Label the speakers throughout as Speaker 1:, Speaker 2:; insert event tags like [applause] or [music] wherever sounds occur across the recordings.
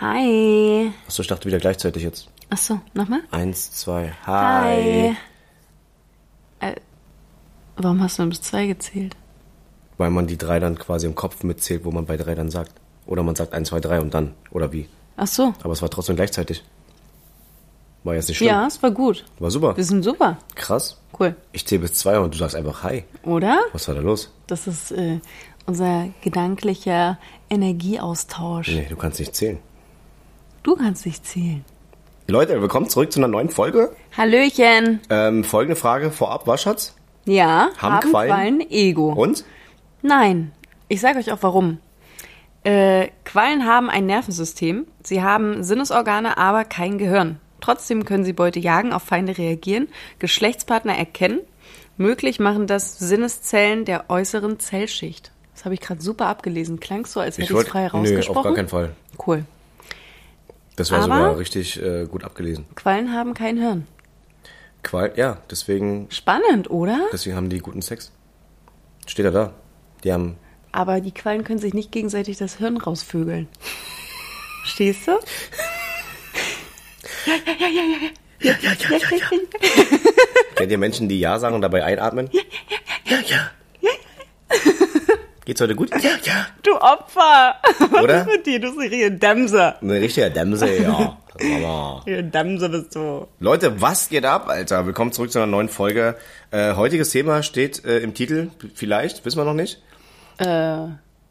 Speaker 1: Hi.
Speaker 2: Achso, ich dachte wieder gleichzeitig jetzt.
Speaker 1: Ach so, nochmal?
Speaker 2: Eins, zwei, hi.
Speaker 1: Hi. Äh, warum hast du dann bis zwei gezählt?
Speaker 2: Weil man die drei dann quasi im Kopf mitzählt, wo man bei drei dann sagt. Oder man sagt eins, zwei, drei und dann. Oder wie.
Speaker 1: Ach so.
Speaker 2: Aber es war trotzdem gleichzeitig. War jetzt nicht schlimm.
Speaker 1: Ja, es war gut.
Speaker 2: War super.
Speaker 1: Wir sind super.
Speaker 2: Krass.
Speaker 1: Cool.
Speaker 2: Ich zähle bis zwei und du sagst einfach hi.
Speaker 1: Oder?
Speaker 2: Was war da los?
Speaker 1: Das ist äh, unser gedanklicher Energieaustausch.
Speaker 2: Nee, du kannst nicht zählen.
Speaker 1: Du kannst dich zählen.
Speaker 2: Leute, willkommen zurück zu einer neuen Folge.
Speaker 1: Hallöchen.
Speaker 2: Ähm, folgende Frage vorab, war Schatz?
Speaker 1: Ja,
Speaker 2: Haben
Speaker 1: haben
Speaker 2: Quallen-
Speaker 1: Quallen Ego.
Speaker 2: Und?
Speaker 1: Nein, ich sage euch auch warum. Äh, Quallen haben ein Nervensystem, sie haben Sinnesorgane, aber kein Gehirn. Trotzdem können sie Beute jagen, auf Feinde reagieren, Geschlechtspartner erkennen. Möglich machen das Sinneszellen der äußeren Zellschicht. Das habe ich gerade super abgelesen. Klang so, als hätte ich es frei
Speaker 2: Nö,
Speaker 1: rausgesprochen.
Speaker 2: auf gar keinen Fall.
Speaker 1: Cool.
Speaker 2: Das war
Speaker 1: Aber-
Speaker 2: sogar richtig äh, gut abgelesen.
Speaker 1: Quallen haben kein Hirn.
Speaker 2: Qual, ja, deswegen
Speaker 1: Spannend, oder?
Speaker 2: Deswegen haben die guten Sex. Steht er da. Die haben.
Speaker 1: Aber die Quallen können sich nicht gegenseitig das Hirn rausvögeln. Stehst du?
Speaker 2: Ja, ja, ja, ja. Kennt ihr Menschen, die Ja sagen und dabei einatmen? Ja, ja, ja. ja. Geht's heute gut? Ja, ja.
Speaker 1: Du Opfer!
Speaker 2: Oder?
Speaker 1: Was ist mit dir? Du bist hier Dämser.
Speaker 2: Ein richtiger Dämse, [laughs] ja. Mama.
Speaker 1: Hier Dämser bist du.
Speaker 2: Leute, was geht ab, Alter? Willkommen zurück zu einer neuen Folge. Äh, heutiges Thema steht äh, im Titel, vielleicht, wissen wir noch nicht.
Speaker 1: Äh,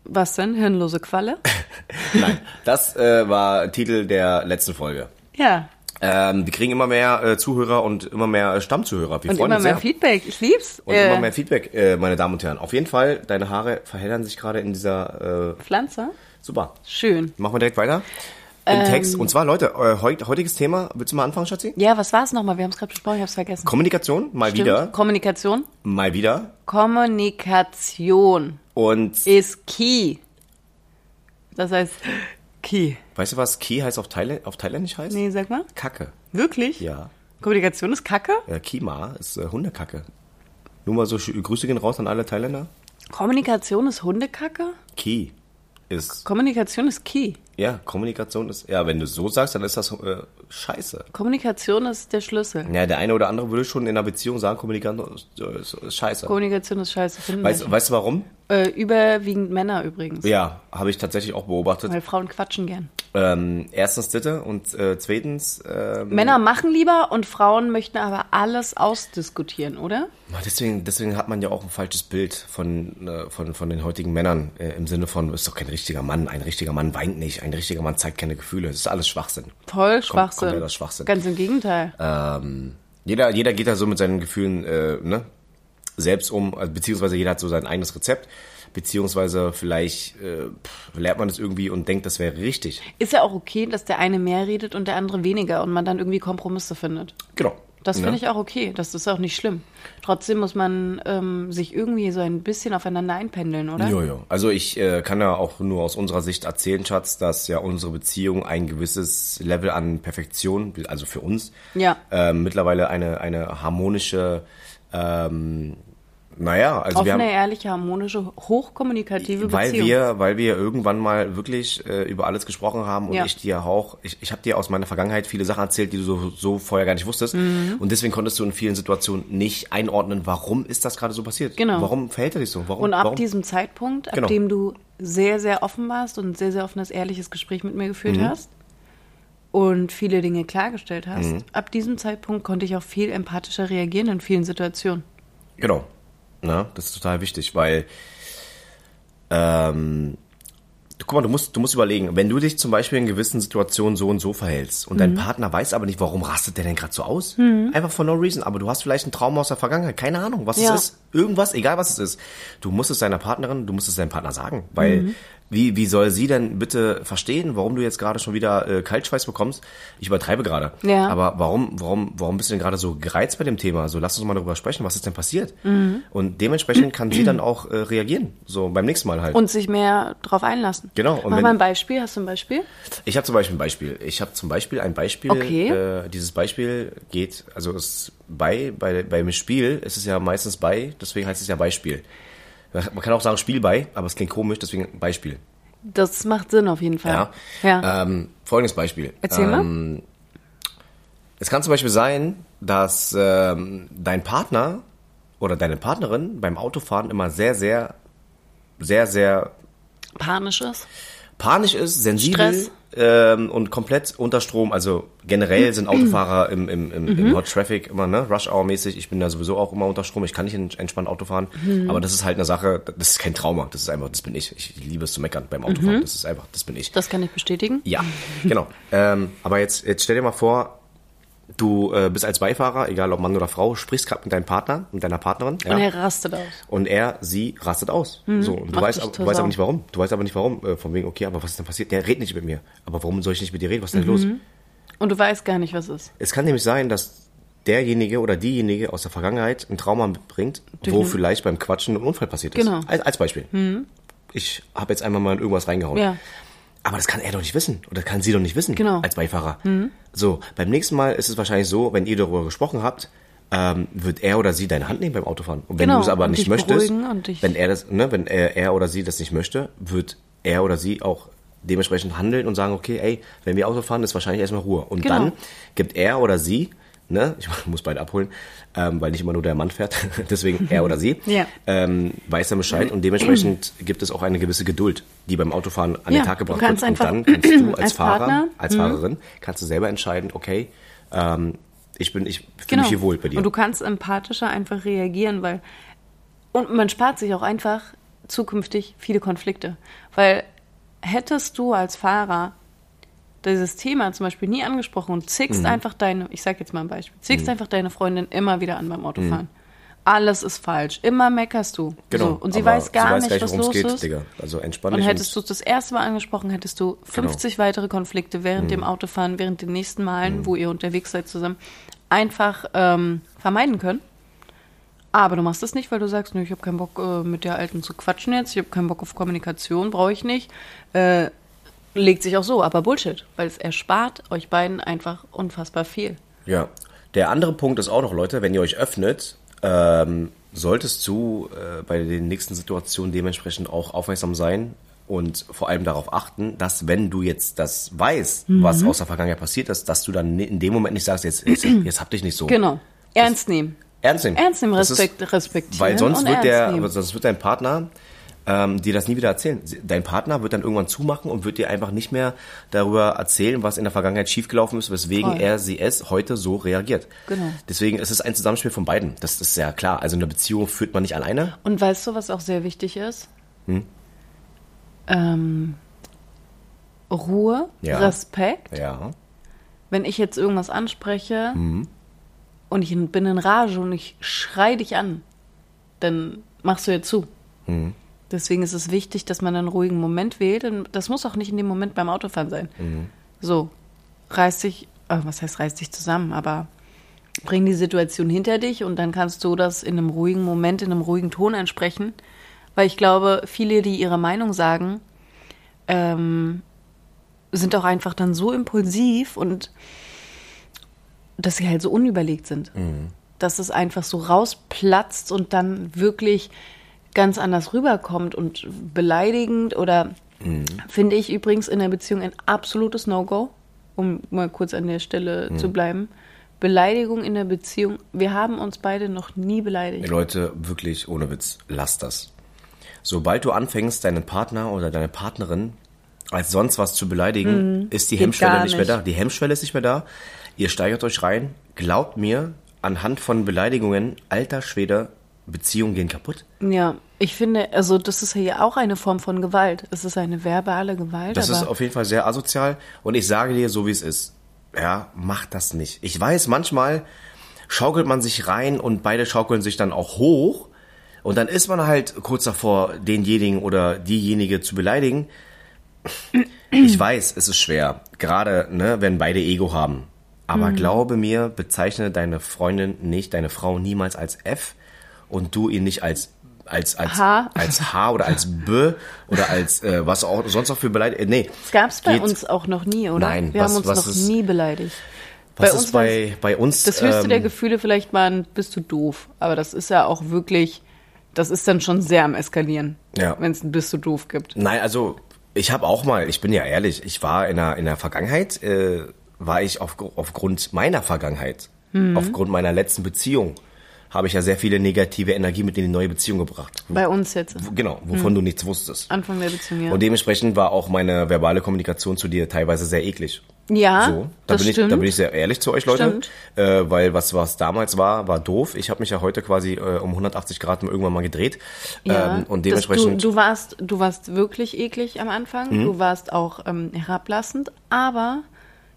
Speaker 1: Was denn? Hirnlose Qualle?
Speaker 2: Nein, das äh, war Titel der letzten Folge.
Speaker 1: Ja.
Speaker 2: Ähm, wir kriegen immer mehr äh, Zuhörer und immer mehr äh, Stammzuhörer. Wir
Speaker 1: Und
Speaker 2: freuen
Speaker 1: immer
Speaker 2: uns
Speaker 1: mehr
Speaker 2: sehr.
Speaker 1: Feedback. Ich lieb's.
Speaker 2: Und immer mehr Feedback, äh, meine Damen und Herren. Auf jeden Fall, deine Haare verheddern sich gerade in dieser. Äh,
Speaker 1: Pflanze?
Speaker 2: super.
Speaker 1: Schön.
Speaker 2: Machen wir direkt weiter.
Speaker 1: Ähm.
Speaker 2: Im Text. Und zwar, Leute, euer heu heutiges Thema. Willst du mal anfangen, Schatzi?
Speaker 1: Ja, was war's nochmal? Wir haben's gerade besprochen, ich hab's vergessen.
Speaker 2: Kommunikation, mal
Speaker 1: Stimmt.
Speaker 2: wieder.
Speaker 1: Kommunikation?
Speaker 2: Mal wieder.
Speaker 1: Kommunikation
Speaker 2: Und
Speaker 1: ist key. Das heißt, key.
Speaker 2: weißt du, was Ki heißt auf, Thail auf Thailändisch heißt?
Speaker 1: Nee, sag mal.
Speaker 2: Kacke.
Speaker 1: Wirklich?
Speaker 2: Ja.
Speaker 1: Kommunikation ist Kacke?
Speaker 2: Äh, Kima ist äh, Hundekacke. Nur mal so, sch- Grüße gehen raus an alle Thailänder.
Speaker 1: Kommunikation ist Hundekacke?
Speaker 2: Ki ist.
Speaker 1: Kommunikation ist key.
Speaker 2: Ja, Kommunikation ist. Ja, wenn du so sagst, dann ist das äh, scheiße.
Speaker 1: Kommunikation ist der Schlüssel.
Speaker 2: Ja, der eine oder andere würde schon in einer Beziehung sagen, Kommunikation ist, ist, ist scheiße.
Speaker 1: Kommunikation ist scheiße. Finden Menschen.
Speaker 2: Weißt, weißt du warum?
Speaker 1: Äh, überwiegend Männer übrigens.
Speaker 2: Ja, habe ich tatsächlich auch beobachtet.
Speaker 1: Weil Frauen quatschen gern.
Speaker 2: Ähm, erstens Ditte und äh, zweitens. Ähm,
Speaker 1: Männer machen lieber und Frauen möchten aber alles ausdiskutieren, oder?
Speaker 2: deswegen, deswegen hat man ja auch ein falsches Bild von, äh, von, von den heutigen Männern äh, im Sinne von, ist doch kein richtiger Mann, ein richtiger Mann weint nicht, ein richtiger Mann zeigt keine Gefühle. Das ist alles Schwachsinn.
Speaker 1: Voll
Speaker 2: Kom
Speaker 1: Schwachsinn.
Speaker 2: kompletter Schwachsinn.
Speaker 1: Ganz im Gegenteil.
Speaker 2: Ähm, jeder, jeder geht da so mit seinen Gefühlen äh, ne? selbst um, also, beziehungsweise jeder hat so sein eigenes Rezept. Beziehungsweise vielleicht äh, pff, lernt man das irgendwie und denkt, das wäre richtig.
Speaker 1: Ist ja auch okay, dass der eine mehr redet und der andere weniger und man dann irgendwie Kompromisse findet.
Speaker 2: Genau.
Speaker 1: Das
Speaker 2: Ne?
Speaker 1: finde ich auch okay. Das ist auch nicht schlimm. Trotzdem muss man ähm, sich irgendwie so ein bisschen aufeinander einpendeln, oder?
Speaker 2: Jojo. Also ich äh, kann ja auch nur aus unserer Sicht erzählen, Schatz, dass ja unsere Beziehung ein gewisses Level an Perfektion, also für uns,
Speaker 1: Ja.
Speaker 2: ähm, mittlerweile eine, eine harmonische, ähm, naja, also wir haben,
Speaker 1: Offene, ehrliche, harmonische, hochkommunikative
Speaker 2: weil
Speaker 1: Beziehung.
Speaker 2: wir, weil wir irgendwann mal wirklich äh, über alles gesprochen haben und
Speaker 1: Ja.
Speaker 2: ich dir auch, ich, ich habe dir aus meiner Vergangenheit viele Sachen erzählt, die du so, so vorher gar nicht wusstest
Speaker 1: Mhm.
Speaker 2: und deswegen konntest du in vielen Situationen nicht einordnen, warum ist das gerade so passiert?
Speaker 1: Genau.
Speaker 2: Warum verhält er sich so? Warum?
Speaker 1: Und ab
Speaker 2: warum?
Speaker 1: diesem Zeitpunkt, ab
Speaker 2: Genau.
Speaker 1: dem du sehr, sehr offen warst und ein sehr, sehr offenes, ehrliches Gespräch mit mir geführt
Speaker 2: Mhm.
Speaker 1: hast und viele Dinge klargestellt hast,
Speaker 2: Mhm.
Speaker 1: ab diesem Zeitpunkt konnte ich auch viel empathischer reagieren in vielen Situationen.
Speaker 2: Genau. Na, das ist total wichtig, weil ähm, du- guck mal, du musst, du musst überlegen, wenn du dich zum Beispiel in gewissen Situationen so und so verhältst und
Speaker 1: Mhm.
Speaker 2: dein Partner weiß aber nicht, warum rastet der denn gerade so aus? Einfach for no reason. Aber du hast vielleicht einen Traum aus der Vergangenheit, keine Ahnung, was
Speaker 1: Ja.
Speaker 2: es ist. Irgendwas, egal was es ist. Du musst es deiner Partnerin, du musst es deinem Partner sagen. Weil
Speaker 1: Mhm.
Speaker 2: wie, wie soll sie denn bitte verstehen, warum du jetzt gerade schon wieder äh, Kaltschweiß bekommst? Ich übertreibe gerade.
Speaker 1: Ja.
Speaker 2: Aber aber warum, warum, warum bist du denn gerade so gereizt bei dem Thema? So, lass uns mal darüber sprechen, was ist denn passiert?
Speaker 1: Mhm.
Speaker 2: Und dementsprechend kann sie dann auch äh, reagieren. So beim nächsten Mal halt.
Speaker 1: Und sich mehr drauf einlassen.
Speaker 2: Genau, und
Speaker 1: Mach
Speaker 2: wenn-
Speaker 1: mal ein Beispiel. Hast du ein Beispiel?
Speaker 2: ich habe zum Beispiel ein Beispiel. Ich habe zum Beispiel ein Beispiel.
Speaker 1: Okay.
Speaker 2: Äh, dieses Beispiel geht, also ist bei, bei, beim Spiel ist es ja meistens bei, deswegen heißt es ja Beispiel. Man kann auch sagen Spiel bei, aber es klingt komisch, deswegen Beispiel.
Speaker 1: Das macht Sinn auf jeden Fall.
Speaker 2: Ja. Ähm, folgendes Beispiel.
Speaker 1: Erzähl mal.
Speaker 2: ähm, Es kann zum Beispiel sein, dass ähm, dein Partner oder deine Partnerin beim Autofahren immer sehr, sehr, sehr, sehr
Speaker 1: Panisches.
Speaker 2: panisch ist, sensibel
Speaker 1: Stress.
Speaker 2: ähm, und komplett unter Strom. Also generell sind Autofahrer im, im, im, im Hot Traffic immer, ne? Rush Hour mäßig. Ich bin da sowieso auch immer unter Strom. Ich kann nicht ent- entspannt Auto fahren. Aber das ist halt eine Sache, das ist kein Trauma. Das ist einfach, das bin ich. Ich liebe es zu meckern beim Autofahren. Das ist einfach, das bin ich.
Speaker 1: Das kann ich bestätigen. [laughs]
Speaker 2: Ja, genau. Ähm, aber jetzt, jetzt stell dir mal vor, du äh, bist als Beifahrer, egal ob Mann oder Frau, sprichst gerade mit deinem Partner, mit deiner Partnerin. Ja?
Speaker 1: Und er rastet aus.
Speaker 2: und er, sie rastet aus. So, und du
Speaker 1: Macht
Speaker 2: weißt,
Speaker 1: dich
Speaker 2: ab- du
Speaker 1: zur
Speaker 2: weißt
Speaker 1: Sau.
Speaker 2: aber nicht warum. Du weißt aber nicht warum. Äh, von wegen, okay, aber was ist denn passiert? Der redet nicht mit mir. Aber warum soll ich nicht mit dir reden? Was ist denn los?
Speaker 1: Mhm. Und du weißt gar nicht, was ist.
Speaker 2: Es kann nämlich sein, dass derjenige oder diejenige aus der Vergangenheit ein Trauma mitbringt, wo
Speaker 1: Definitiv.
Speaker 2: vielleicht beim Quatschen ein Unfall passiert ist.
Speaker 1: Genau.
Speaker 2: Als, als Beispiel. Ich habe jetzt einmal mal in irgendwas reingehauen.
Speaker 1: Ja.
Speaker 2: Aber das kann er doch nicht wissen. Oder kann sie doch nicht wissen.
Speaker 1: Genau.
Speaker 2: Als Beifahrer. So, beim nächsten Mal ist es wahrscheinlich so, wenn ihr darüber gesprochen habt, ähm, wird er oder sie deine Hand nehmen beim Autofahren. Und wenn
Speaker 1: Genau,
Speaker 2: du es aber
Speaker 1: und
Speaker 2: nicht
Speaker 1: dich
Speaker 2: möchtest,
Speaker 1: beruhigen und dich-
Speaker 2: wenn er das, ne, wenn er, er oder sie das nicht möchte, wird er oder sie auch dementsprechend handeln und sagen, okay, ey, wenn wir Auto fahren, ist wahrscheinlich erstmal Ruhe. Und
Speaker 1: Genau.
Speaker 2: dann gibt er oder sie, ne, [laughs] ich muss beide abholen, ähm, weil nicht immer nur der Mann fährt, [laughs] deswegen er oder sie,
Speaker 1: [laughs] Ja.
Speaker 2: ähm, weiß dann
Speaker 1: [clears throat]
Speaker 2: Bescheid und dementsprechend gibt es auch eine gewisse Geduld, die beim Autofahren an
Speaker 1: Ja,
Speaker 2: den Tag
Speaker 1: du
Speaker 2: gebracht
Speaker 1: kannst
Speaker 2: wird. Und
Speaker 1: einfach
Speaker 2: dann kannst
Speaker 1: [clears throat]
Speaker 2: du als,
Speaker 1: als
Speaker 2: Fahrer,
Speaker 1: Partner, Mhm.
Speaker 2: als Fahrerin, kannst du selber entscheiden, okay, ähm, ich bin, ich fühle mich hier wohl bei dir.
Speaker 1: Genau. Und du kannst empathischer einfach reagieren, weil. Und man spart sich auch einfach zukünftig viele Konflikte. Weil hättest du als Fahrer dieses Thema zum Beispiel nie angesprochen und
Speaker 2: Mhm.
Speaker 1: zickst einfach deine, ich sag jetzt mal ein Beispiel, zickst einfach deine Freundin immer wieder an beim Autofahren.
Speaker 2: Mhm.
Speaker 1: Alles ist falsch. Immer meckerst du. So. Und sie
Speaker 2: Genau. aber
Speaker 1: weiß gar nicht,
Speaker 2: gleich,
Speaker 1: was
Speaker 2: worum's
Speaker 1: los ist.
Speaker 2: Digga. Also entspann
Speaker 1: Und
Speaker 2: dich.
Speaker 1: hättest du es das erste Mal angesprochen, hättest du 50 weitere Konflikte während dem Autofahren, während den nächsten Malen, wo ihr unterwegs seid zusammen, einfach ähm, vermeiden können. Aber du machst es nicht, weil du sagst, nö, ich habe keinen Bock, äh, mit der Alten zu quatschen jetzt, ich habe keinen Bock auf Kommunikation, brauche ich nicht. Äh, legt sich auch so, aber Bullshit, weil es erspart euch beiden einfach unfassbar viel.
Speaker 2: Ja. Der andere Punkt ist auch noch, Leute, wenn ihr euch öffnet, ähm, solltest du äh, bei den nächsten Situationen dementsprechend auch aufmerksam sein und vor allem darauf achten, dass wenn du jetzt das weißt, was
Speaker 1: Mhm.
Speaker 2: aus der Vergangenheit passiert ist, dass du dann ni- in dem Moment nicht sagst, jetzt, jetzt, jetzt hab dich nicht so.
Speaker 1: Genau. Ernst nehmen.
Speaker 2: Ernst nehmen.
Speaker 1: Ernst nehmen,
Speaker 2: Das ist-
Speaker 1: Respekt, respektieren.
Speaker 2: Weil sonst
Speaker 1: und
Speaker 2: wird,
Speaker 1: ernst
Speaker 2: der,
Speaker 1: nehmen.
Speaker 2: sonst wird dein Partner ähm, dir das nie wieder erzählen. Dein Partner wird dann irgendwann zumachen und wird dir einfach nicht mehr darüber erzählen, was in der Vergangenheit schiefgelaufen ist, weswegen
Speaker 1: Voll.
Speaker 2: er sie es heute so reagiert.
Speaker 1: Genau.
Speaker 2: Deswegen es ist ein Zusammenspiel von beiden. Das ist ja klar. Also eine Beziehung führt man nicht alleine.
Speaker 1: Und weißt du, was auch sehr wichtig ist? Ähm, Ruhe,
Speaker 2: Ja.
Speaker 1: Respekt.
Speaker 2: Ja.
Speaker 1: Wenn ich jetzt irgendwas anspreche und ich bin in Rage und ich schrei dich an, dann machst du ja zu. Deswegen ist es wichtig, dass man einen ruhigen Moment wählt. Und das muss auch nicht in dem Moment beim Autofahren sein. So, reiß dich, äh, was heißt reiß dich zusammen, aber bring die Situation hinter dich und dann kannst du das in einem ruhigen Moment, in einem ruhigen Ton ansprechen. Weil ich glaube, viele, die ihre Meinung sagen, ähm, sind auch einfach dann so impulsiv und dass sie halt so unüberlegt sind.
Speaker 2: Mhm.
Speaker 1: Dass es einfach so rausplatzt und dann wirklich ganz anders rüberkommt und beleidigend oder
Speaker 2: Mhm.
Speaker 1: finde ich übrigens in der Beziehung ein absolutes No-Go, um mal kurz an der Stelle
Speaker 2: Mhm.
Speaker 1: zu bleiben. Beleidigung in der Beziehung. Wir haben uns beide noch nie beleidigt.
Speaker 2: Leute, wirklich ohne Witz, lasst das. Sobald du anfängst, deinen Partner oder deine Partnerin als sonst was zu beleidigen, ist die
Speaker 1: Mhm. Geht
Speaker 2: Hemmschwelle
Speaker 1: gar
Speaker 2: nicht mehr
Speaker 1: nicht.
Speaker 2: da. Die Hemmschwelle ist nicht mehr da. Ihr steigert euch rein. Glaubt mir, anhand von Beleidigungen, alter Schwede, Beziehungen gehen kaputt.
Speaker 1: Ja, ich finde, also das ist ja auch eine Form von Gewalt. Es ist eine verbale Gewalt.
Speaker 2: Das
Speaker 1: aber
Speaker 2: ist auf jeden Fall sehr asozial und ich sage dir so, wie es ist. Ja, mach das nicht. Ich weiß, manchmal schaukelt man sich rein und beide schaukeln sich dann auch hoch und dann ist man halt kurz davor, denjenigen oder diejenige zu beleidigen. Ich
Speaker 1: Mhm.
Speaker 2: weiß, es ist schwer, gerade ne, wenn beide Ego haben.
Speaker 1: Mhm.
Speaker 2: Aber glaube mir, bezeichne deine Freundin nicht, deine Frau niemals als F und du ihn nicht als als als
Speaker 1: H.
Speaker 2: als H oder als B oder als äh, was auch sonst noch für Beleidigung. Nee,
Speaker 1: Das gab es bei
Speaker 2: Geht-
Speaker 1: uns auch noch nie, oder?
Speaker 2: Nein,
Speaker 1: wir
Speaker 2: was-
Speaker 1: haben uns
Speaker 2: was
Speaker 1: noch
Speaker 2: ist-
Speaker 1: nie beleidigt.
Speaker 2: Was
Speaker 1: Bei
Speaker 2: ist
Speaker 1: uns
Speaker 2: bei, bei uns?
Speaker 1: Das höchste der
Speaker 2: ähm,
Speaker 1: Gefühle vielleicht mal ein, bist du doof. Aber das ist ja auch wirklich, das ist dann schon sehr am Eskalieren,
Speaker 2: Ja.
Speaker 1: wenn es ein bist du doof gibt.
Speaker 2: Nein, also Ich habe auch mal, ich bin ja ehrlich, ich war in der, in der Vergangenheit, äh, war ich auf, aufgrund meiner Vergangenheit,
Speaker 1: Hm.
Speaker 2: aufgrund meiner letzten Beziehung, habe ich ja sehr viele negative Energie mit in die neue Beziehung gebracht.
Speaker 1: Bei uns jetzt.
Speaker 2: Genau, wovon du nichts wusstest.
Speaker 1: Anfang der Beziehung, Hm. Ah, ja.
Speaker 2: Und dementsprechend war auch meine verbale Kommunikation zu dir teilweise sehr eklig.
Speaker 1: ja,
Speaker 2: So, da
Speaker 1: Ah, das
Speaker 2: bin, ich, da
Speaker 1: stimmt.
Speaker 2: bin ich sehr ehrlich zu euch, Leute.
Speaker 1: Stimmt.
Speaker 2: Äh, weil was, was damals war, war doof. Ich habe mich ja heute quasi äh, um 180 Grad mal irgendwann mal gedreht.
Speaker 1: ja,
Speaker 2: ähm, und
Speaker 1: das-
Speaker 2: dementsprechend. Mhm.
Speaker 1: Du, du, warst, du warst wirklich eklig am Anfang. Du warst auch ähm, herablassend, aber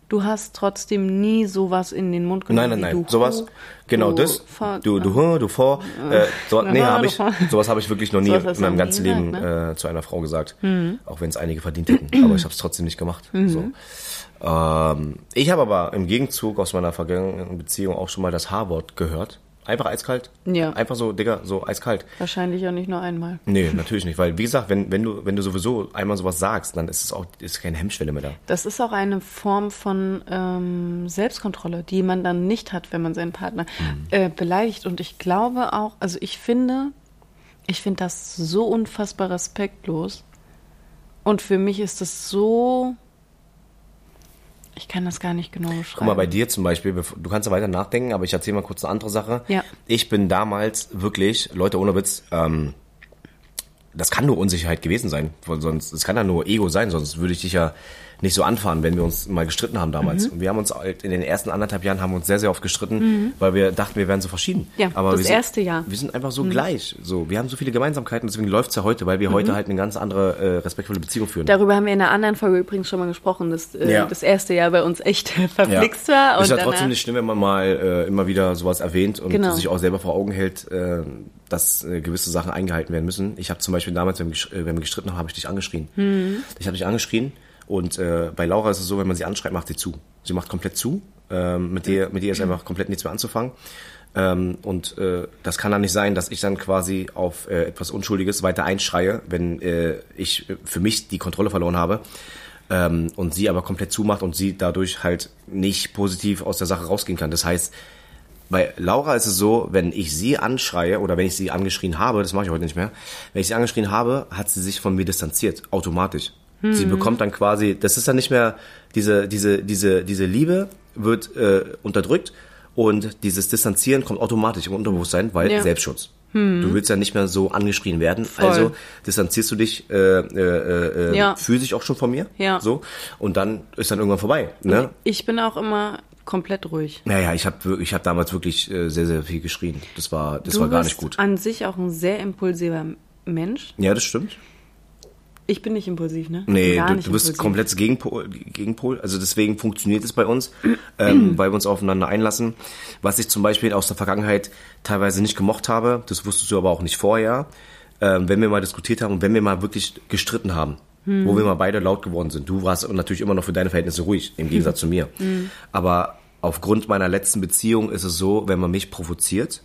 Speaker 1: du hast trotzdem nie sowas in den Mund genommen.
Speaker 2: Nein, nein,
Speaker 1: wie
Speaker 2: nein.
Speaker 1: Du,
Speaker 2: Sowas.
Speaker 1: Hu,
Speaker 2: Genau
Speaker 1: du,
Speaker 2: das.
Speaker 1: Fa-
Speaker 2: Du, du, hm, du vor. Äh, so, nee,
Speaker 1: Na,
Speaker 2: habe
Speaker 1: du
Speaker 2: ich.
Speaker 1: vor.
Speaker 2: Sowas habe ich wirklich noch nie
Speaker 1: Sowas hast
Speaker 2: in
Speaker 1: du
Speaker 2: meinem
Speaker 1: noch
Speaker 2: ganzen
Speaker 1: nie
Speaker 2: Leben
Speaker 1: gesagt, ne? Hm.
Speaker 2: äh, zu einer Frau gesagt. Auch wenn es einige verdient hätten.
Speaker 1: Mhm.
Speaker 2: Aber ich habe es trotzdem nicht gemacht. So. Ähm, ich habe aber im Gegenzug aus meiner vergangenen Beziehung auch schon mal das H-Wort gehört. Einfach eiskalt.
Speaker 1: Ja.
Speaker 2: Einfach so, Digga, so eiskalt.
Speaker 1: Wahrscheinlich auch nicht nur einmal. [laughs]
Speaker 2: Nee, natürlich nicht. Weil, wie gesagt, wenn, wenn, du, wenn du sowieso einmal sowas sagst, dann ist es auch ist keine Hemmschwelle mehr da.
Speaker 1: Das ist auch eine Form von ähm, Selbstkontrolle, die man dann nicht hat, wenn man seinen Partner
Speaker 2: Mhm.
Speaker 1: äh, beleidigt. Und ich glaube auch, also ich finde, ich finde das so unfassbar respektlos. Und für mich ist das so. Ich kann das gar nicht genau beschreiben.
Speaker 2: Guck mal, bei dir zum Beispiel, bevor- du kannst ja weiter nachdenken, aber ich erzähle mal kurz eine andere Sache.
Speaker 1: Ja.
Speaker 2: Ich bin damals wirklich, Leute, ohne Witz, ähm, das kann nur Unsicherheit gewesen sein, weil sonst, es kann ja nur Ego sein, sonst würde ich dich ja nicht so anfahren, wenn wir uns mal gestritten haben damals.
Speaker 1: Mhm.
Speaker 2: Und wir haben uns halt in den ersten anderthalb Jahren haben wir uns sehr, sehr oft gestritten, weil wir dachten, wir wären so verschieden.
Speaker 1: Ja, das
Speaker 2: wir sind,
Speaker 1: erste Jahr. Mhm.
Speaker 2: Wir sind einfach so gleich, so. Wir haben so viele Gemeinsamkeiten, deswegen läuft's ja heute, weil wir
Speaker 1: Mhm.
Speaker 2: heute halt eine ganz andere, äh, respektvolle Beziehung führen.
Speaker 1: Darüber haben wir in einer anderen Folge übrigens schon mal gesprochen, dass äh,
Speaker 2: Ja.
Speaker 1: das erste Jahr bei uns echt [laughs] verflixt war. Und
Speaker 2: ist ja
Speaker 1: danach-
Speaker 2: trotzdem nicht schlimm, wenn man mal äh, immer wieder sowas erwähnt und
Speaker 1: Genau.
Speaker 2: sich auch selber vor Augen hält, äh, dass äh, gewisse Sachen eingehalten werden müssen. Ich habe zum Beispiel damals, wenn wir, gesch- äh, wenn wir gestritten haben, habe ich dich angeschrien.
Speaker 1: Hm.
Speaker 2: Ich habe dich angeschrien und äh, bei Laura ist es so, wenn man sie anschreit, macht sie zu. Sie macht komplett zu. Ähm, mit, dir, mit dir ist einfach komplett nichts mehr anzufangen. Ähm, und äh, das kann dann nicht sein, dass ich dann quasi auf äh, etwas Unschuldiges weiter einschreie, wenn äh, ich äh, für mich die Kontrolle verloren habe ähm, und sie aber komplett zumacht und sie dadurch halt nicht positiv aus der Sache rausgehen kann. Das heißt, bei Laura ist es so, wenn ich sie anschreie oder wenn ich sie angeschrien habe, das mache ich heute nicht mehr, wenn ich sie angeschrien habe, hat sie sich von mir distanziert, automatisch.
Speaker 1: Hm.
Speaker 2: Sie bekommt dann quasi, das ist dann nicht mehr, diese, diese, diese, diese Liebe wird äh, unterdrückt und dieses Distanzieren kommt automatisch im Unterbewusstsein, weil
Speaker 1: Ja. Hm.
Speaker 2: Selbstschutz. Du willst ja nicht mehr so angeschrien werden,
Speaker 1: Voll.
Speaker 2: also distanzierst du dich äh, äh, äh,
Speaker 1: Ja.
Speaker 2: physisch auch schon von mir.
Speaker 1: Ja.
Speaker 2: So. Und dann ist dann irgendwann vorbei. Ne?
Speaker 1: Ich bin auch immer komplett ruhig.
Speaker 2: Naja, ich habe ich hab damals wirklich äh, sehr, sehr viel geschrien. Das war, das war gar
Speaker 1: bist
Speaker 2: nicht gut.
Speaker 1: an sich auch ein sehr impulsiver Mensch.
Speaker 2: Ja, das stimmt.
Speaker 1: Ich bin nicht impulsiv, ne?
Speaker 2: Nee,
Speaker 1: Gar
Speaker 2: du,
Speaker 1: nicht
Speaker 2: du bist
Speaker 1: impulsiv.
Speaker 2: komplett Gegenpol, Gegenpol. Also deswegen funktioniert es bei uns,
Speaker 1: [clears throat]
Speaker 2: ähm, weil wir uns aufeinander einlassen. Was ich zum Beispiel aus der Vergangenheit teilweise nicht gemocht habe, das wusstest du aber auch nicht vorher, ähm, wenn wir mal diskutiert haben und wenn wir mal wirklich gestritten haben,
Speaker 1: Hm.
Speaker 2: wo wir mal beide laut geworden sind. Du warst natürlich immer noch für deine Verhältnisse ruhig,
Speaker 1: [laughs]
Speaker 2: im Gegensatz zu mir.
Speaker 1: Hm.
Speaker 2: Aber aufgrund meiner letzten Beziehung ist es so, wenn man mich provoziert,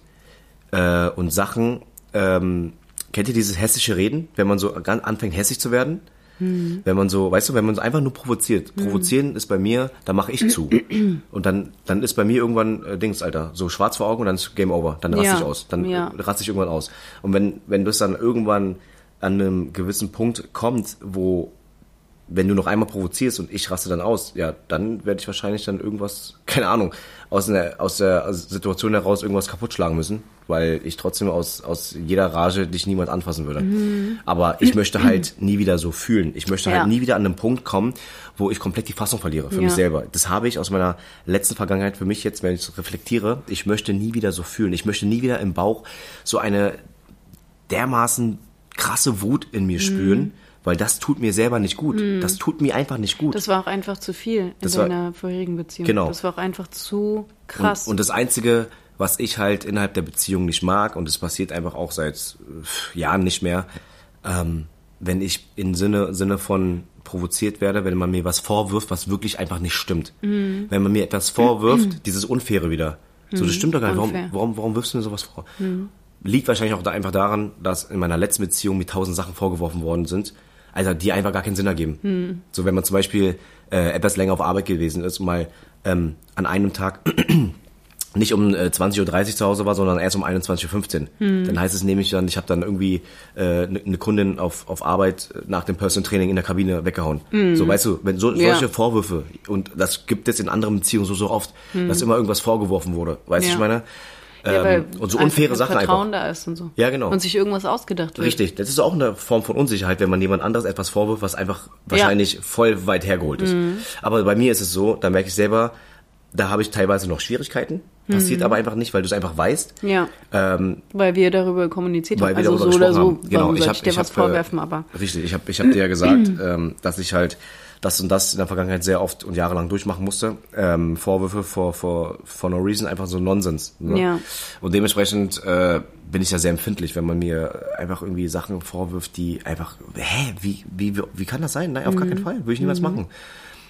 Speaker 2: äh, und Sachen. Ähm, kennt ihr dieses hessische Reden, wenn man so gan- anfängt hässlich zu werden?
Speaker 1: Hm.
Speaker 2: Wenn man so, weißt du, wenn man so einfach nur provoziert. Provozieren ist bei mir, da mache ich
Speaker 1: [clears throat]
Speaker 2: zu. Und dann, dann ist bei mir irgendwann äh, Dings, Alter, so schwarz vor Augen und dann ist Game Over. Dann raste
Speaker 1: Ja,
Speaker 2: ich aus. Dann
Speaker 1: ja.
Speaker 2: äh, raste ich irgendwann aus. Und wenn, wenn das dann irgendwann an einem gewissen Punkt kommt, wo wenn du noch einmal provozierst und ich raste dann aus, ja, dann werde ich wahrscheinlich dann irgendwas, [laughs] keine Ahnung, aus, einer, aus der Situation heraus irgendwas kaputt schlagen müssen, weil ich trotzdem aus, aus jeder Rage dich niemand anfassen würde. Aber ich möchte halt nie wieder so fühlen. Ich möchte
Speaker 1: Mhm. Ja.
Speaker 2: halt nie wieder an einen Punkt kommen, wo ich komplett die Fassung verliere für mich
Speaker 1: Ja.
Speaker 2: selber. Das habe ich aus meiner letzten Vergangenheit für mich jetzt, wenn ich es reflektiere. Ich möchte nie wieder so fühlen. Ich möchte nie wieder im Bauch so eine dermaßen krasse Wut in mir spüren, weil das tut mir selber nicht gut. Das tut mir einfach nicht gut.
Speaker 1: Das war auch einfach zu viel in
Speaker 2: Das war-
Speaker 1: deiner vorherigen Beziehung.
Speaker 2: Genau.
Speaker 1: Das war auch einfach zu krass.
Speaker 2: Und, und das Einzige, was ich halt innerhalb der Beziehung nicht mag, und es passiert einfach auch seit äh, Jahren nicht mehr, ähm, wenn ich im Sinne, Sinne von provoziert werde, wenn man mir was vorwirft, was wirklich einfach nicht stimmt.
Speaker 1: Mhm.
Speaker 2: Wenn man mir etwas vorwirft, dieses Unfaire wieder. So, das stimmt doch gar nicht.
Speaker 1: Unfair. Mhm.
Speaker 2: Warum, warum, warum wirfst du mir sowas vor? Liegt wahrscheinlich auch da einfach daran, dass in meiner letzten Beziehung mir tausend Sachen vorgeworfen worden sind, also die einfach gar keinen Sinn ergeben.
Speaker 1: Mhm.
Speaker 2: So, wenn man zum Beispiel äh, etwas länger auf Arbeit gewesen ist und mal ähm, an einem Tag nicht um äh, 20.30 Uhr zu Hause war, sondern erst um 21.15 Uhr.
Speaker 1: Hm.
Speaker 2: Dann heißt es nämlich dann, ich habe dann irgendwie äh, eine Kundin auf, auf Arbeit nach dem Personal Training in der Kabine weggehauen. So, weißt du, wenn so,
Speaker 1: Hm. Ja.
Speaker 2: solche Vorwürfe, und das gibt es in anderen Beziehungen so, so oft, dass immer irgendwas vorgeworfen wurde, weißt du,
Speaker 1: Hm. Ja.
Speaker 2: ich meine?
Speaker 1: Ja, weil
Speaker 2: ähm, und so
Speaker 1: einfach
Speaker 2: unfaire
Speaker 1: kein
Speaker 2: Sachen einfach.
Speaker 1: Vertrauen da ist und so.
Speaker 2: Ja, genau.
Speaker 1: Und sich irgendwas ausgedacht wird.
Speaker 2: Richtig, das ist auch eine Form von Unsicherheit, wenn man jemand anderes etwas vorwirft, was einfach wahrscheinlich voll weit hergeholt ist.
Speaker 1: Mhm.
Speaker 2: Aber bei mir ist es so, da merke ich selber, da habe ich teilweise noch Schwierigkeiten, passiert aber einfach nicht, weil du es einfach weißt.
Speaker 1: Mhm. Ja,
Speaker 2: Ähm,
Speaker 1: weil wir darüber kommuniziert
Speaker 2: weil
Speaker 1: haben.
Speaker 2: wir
Speaker 1: Also
Speaker 2: darüber
Speaker 1: so oder
Speaker 2: gesprochen
Speaker 1: so,
Speaker 2: haben. Genau,
Speaker 1: warum
Speaker 2: ich
Speaker 1: soll
Speaker 2: habe
Speaker 1: ich dir was vorwerfen, aber
Speaker 2: Richtig, ich habe ich hab dir ja gesagt, ähm, dass ich halt das und das in der Vergangenheit sehr oft und jahrelang durchmachen musste. Ähm, Vorwürfe for, for, for no reason, einfach so Nonsens. Ne?
Speaker 1: Ja.
Speaker 2: Und dementsprechend äh, bin ich ja sehr empfindlich, wenn man mir einfach irgendwie Sachen vorwirft, die einfach, hä, wie, wie, wie, wie kann das sein? Nein, auf gar keinen Fall, würde ich niemals machen.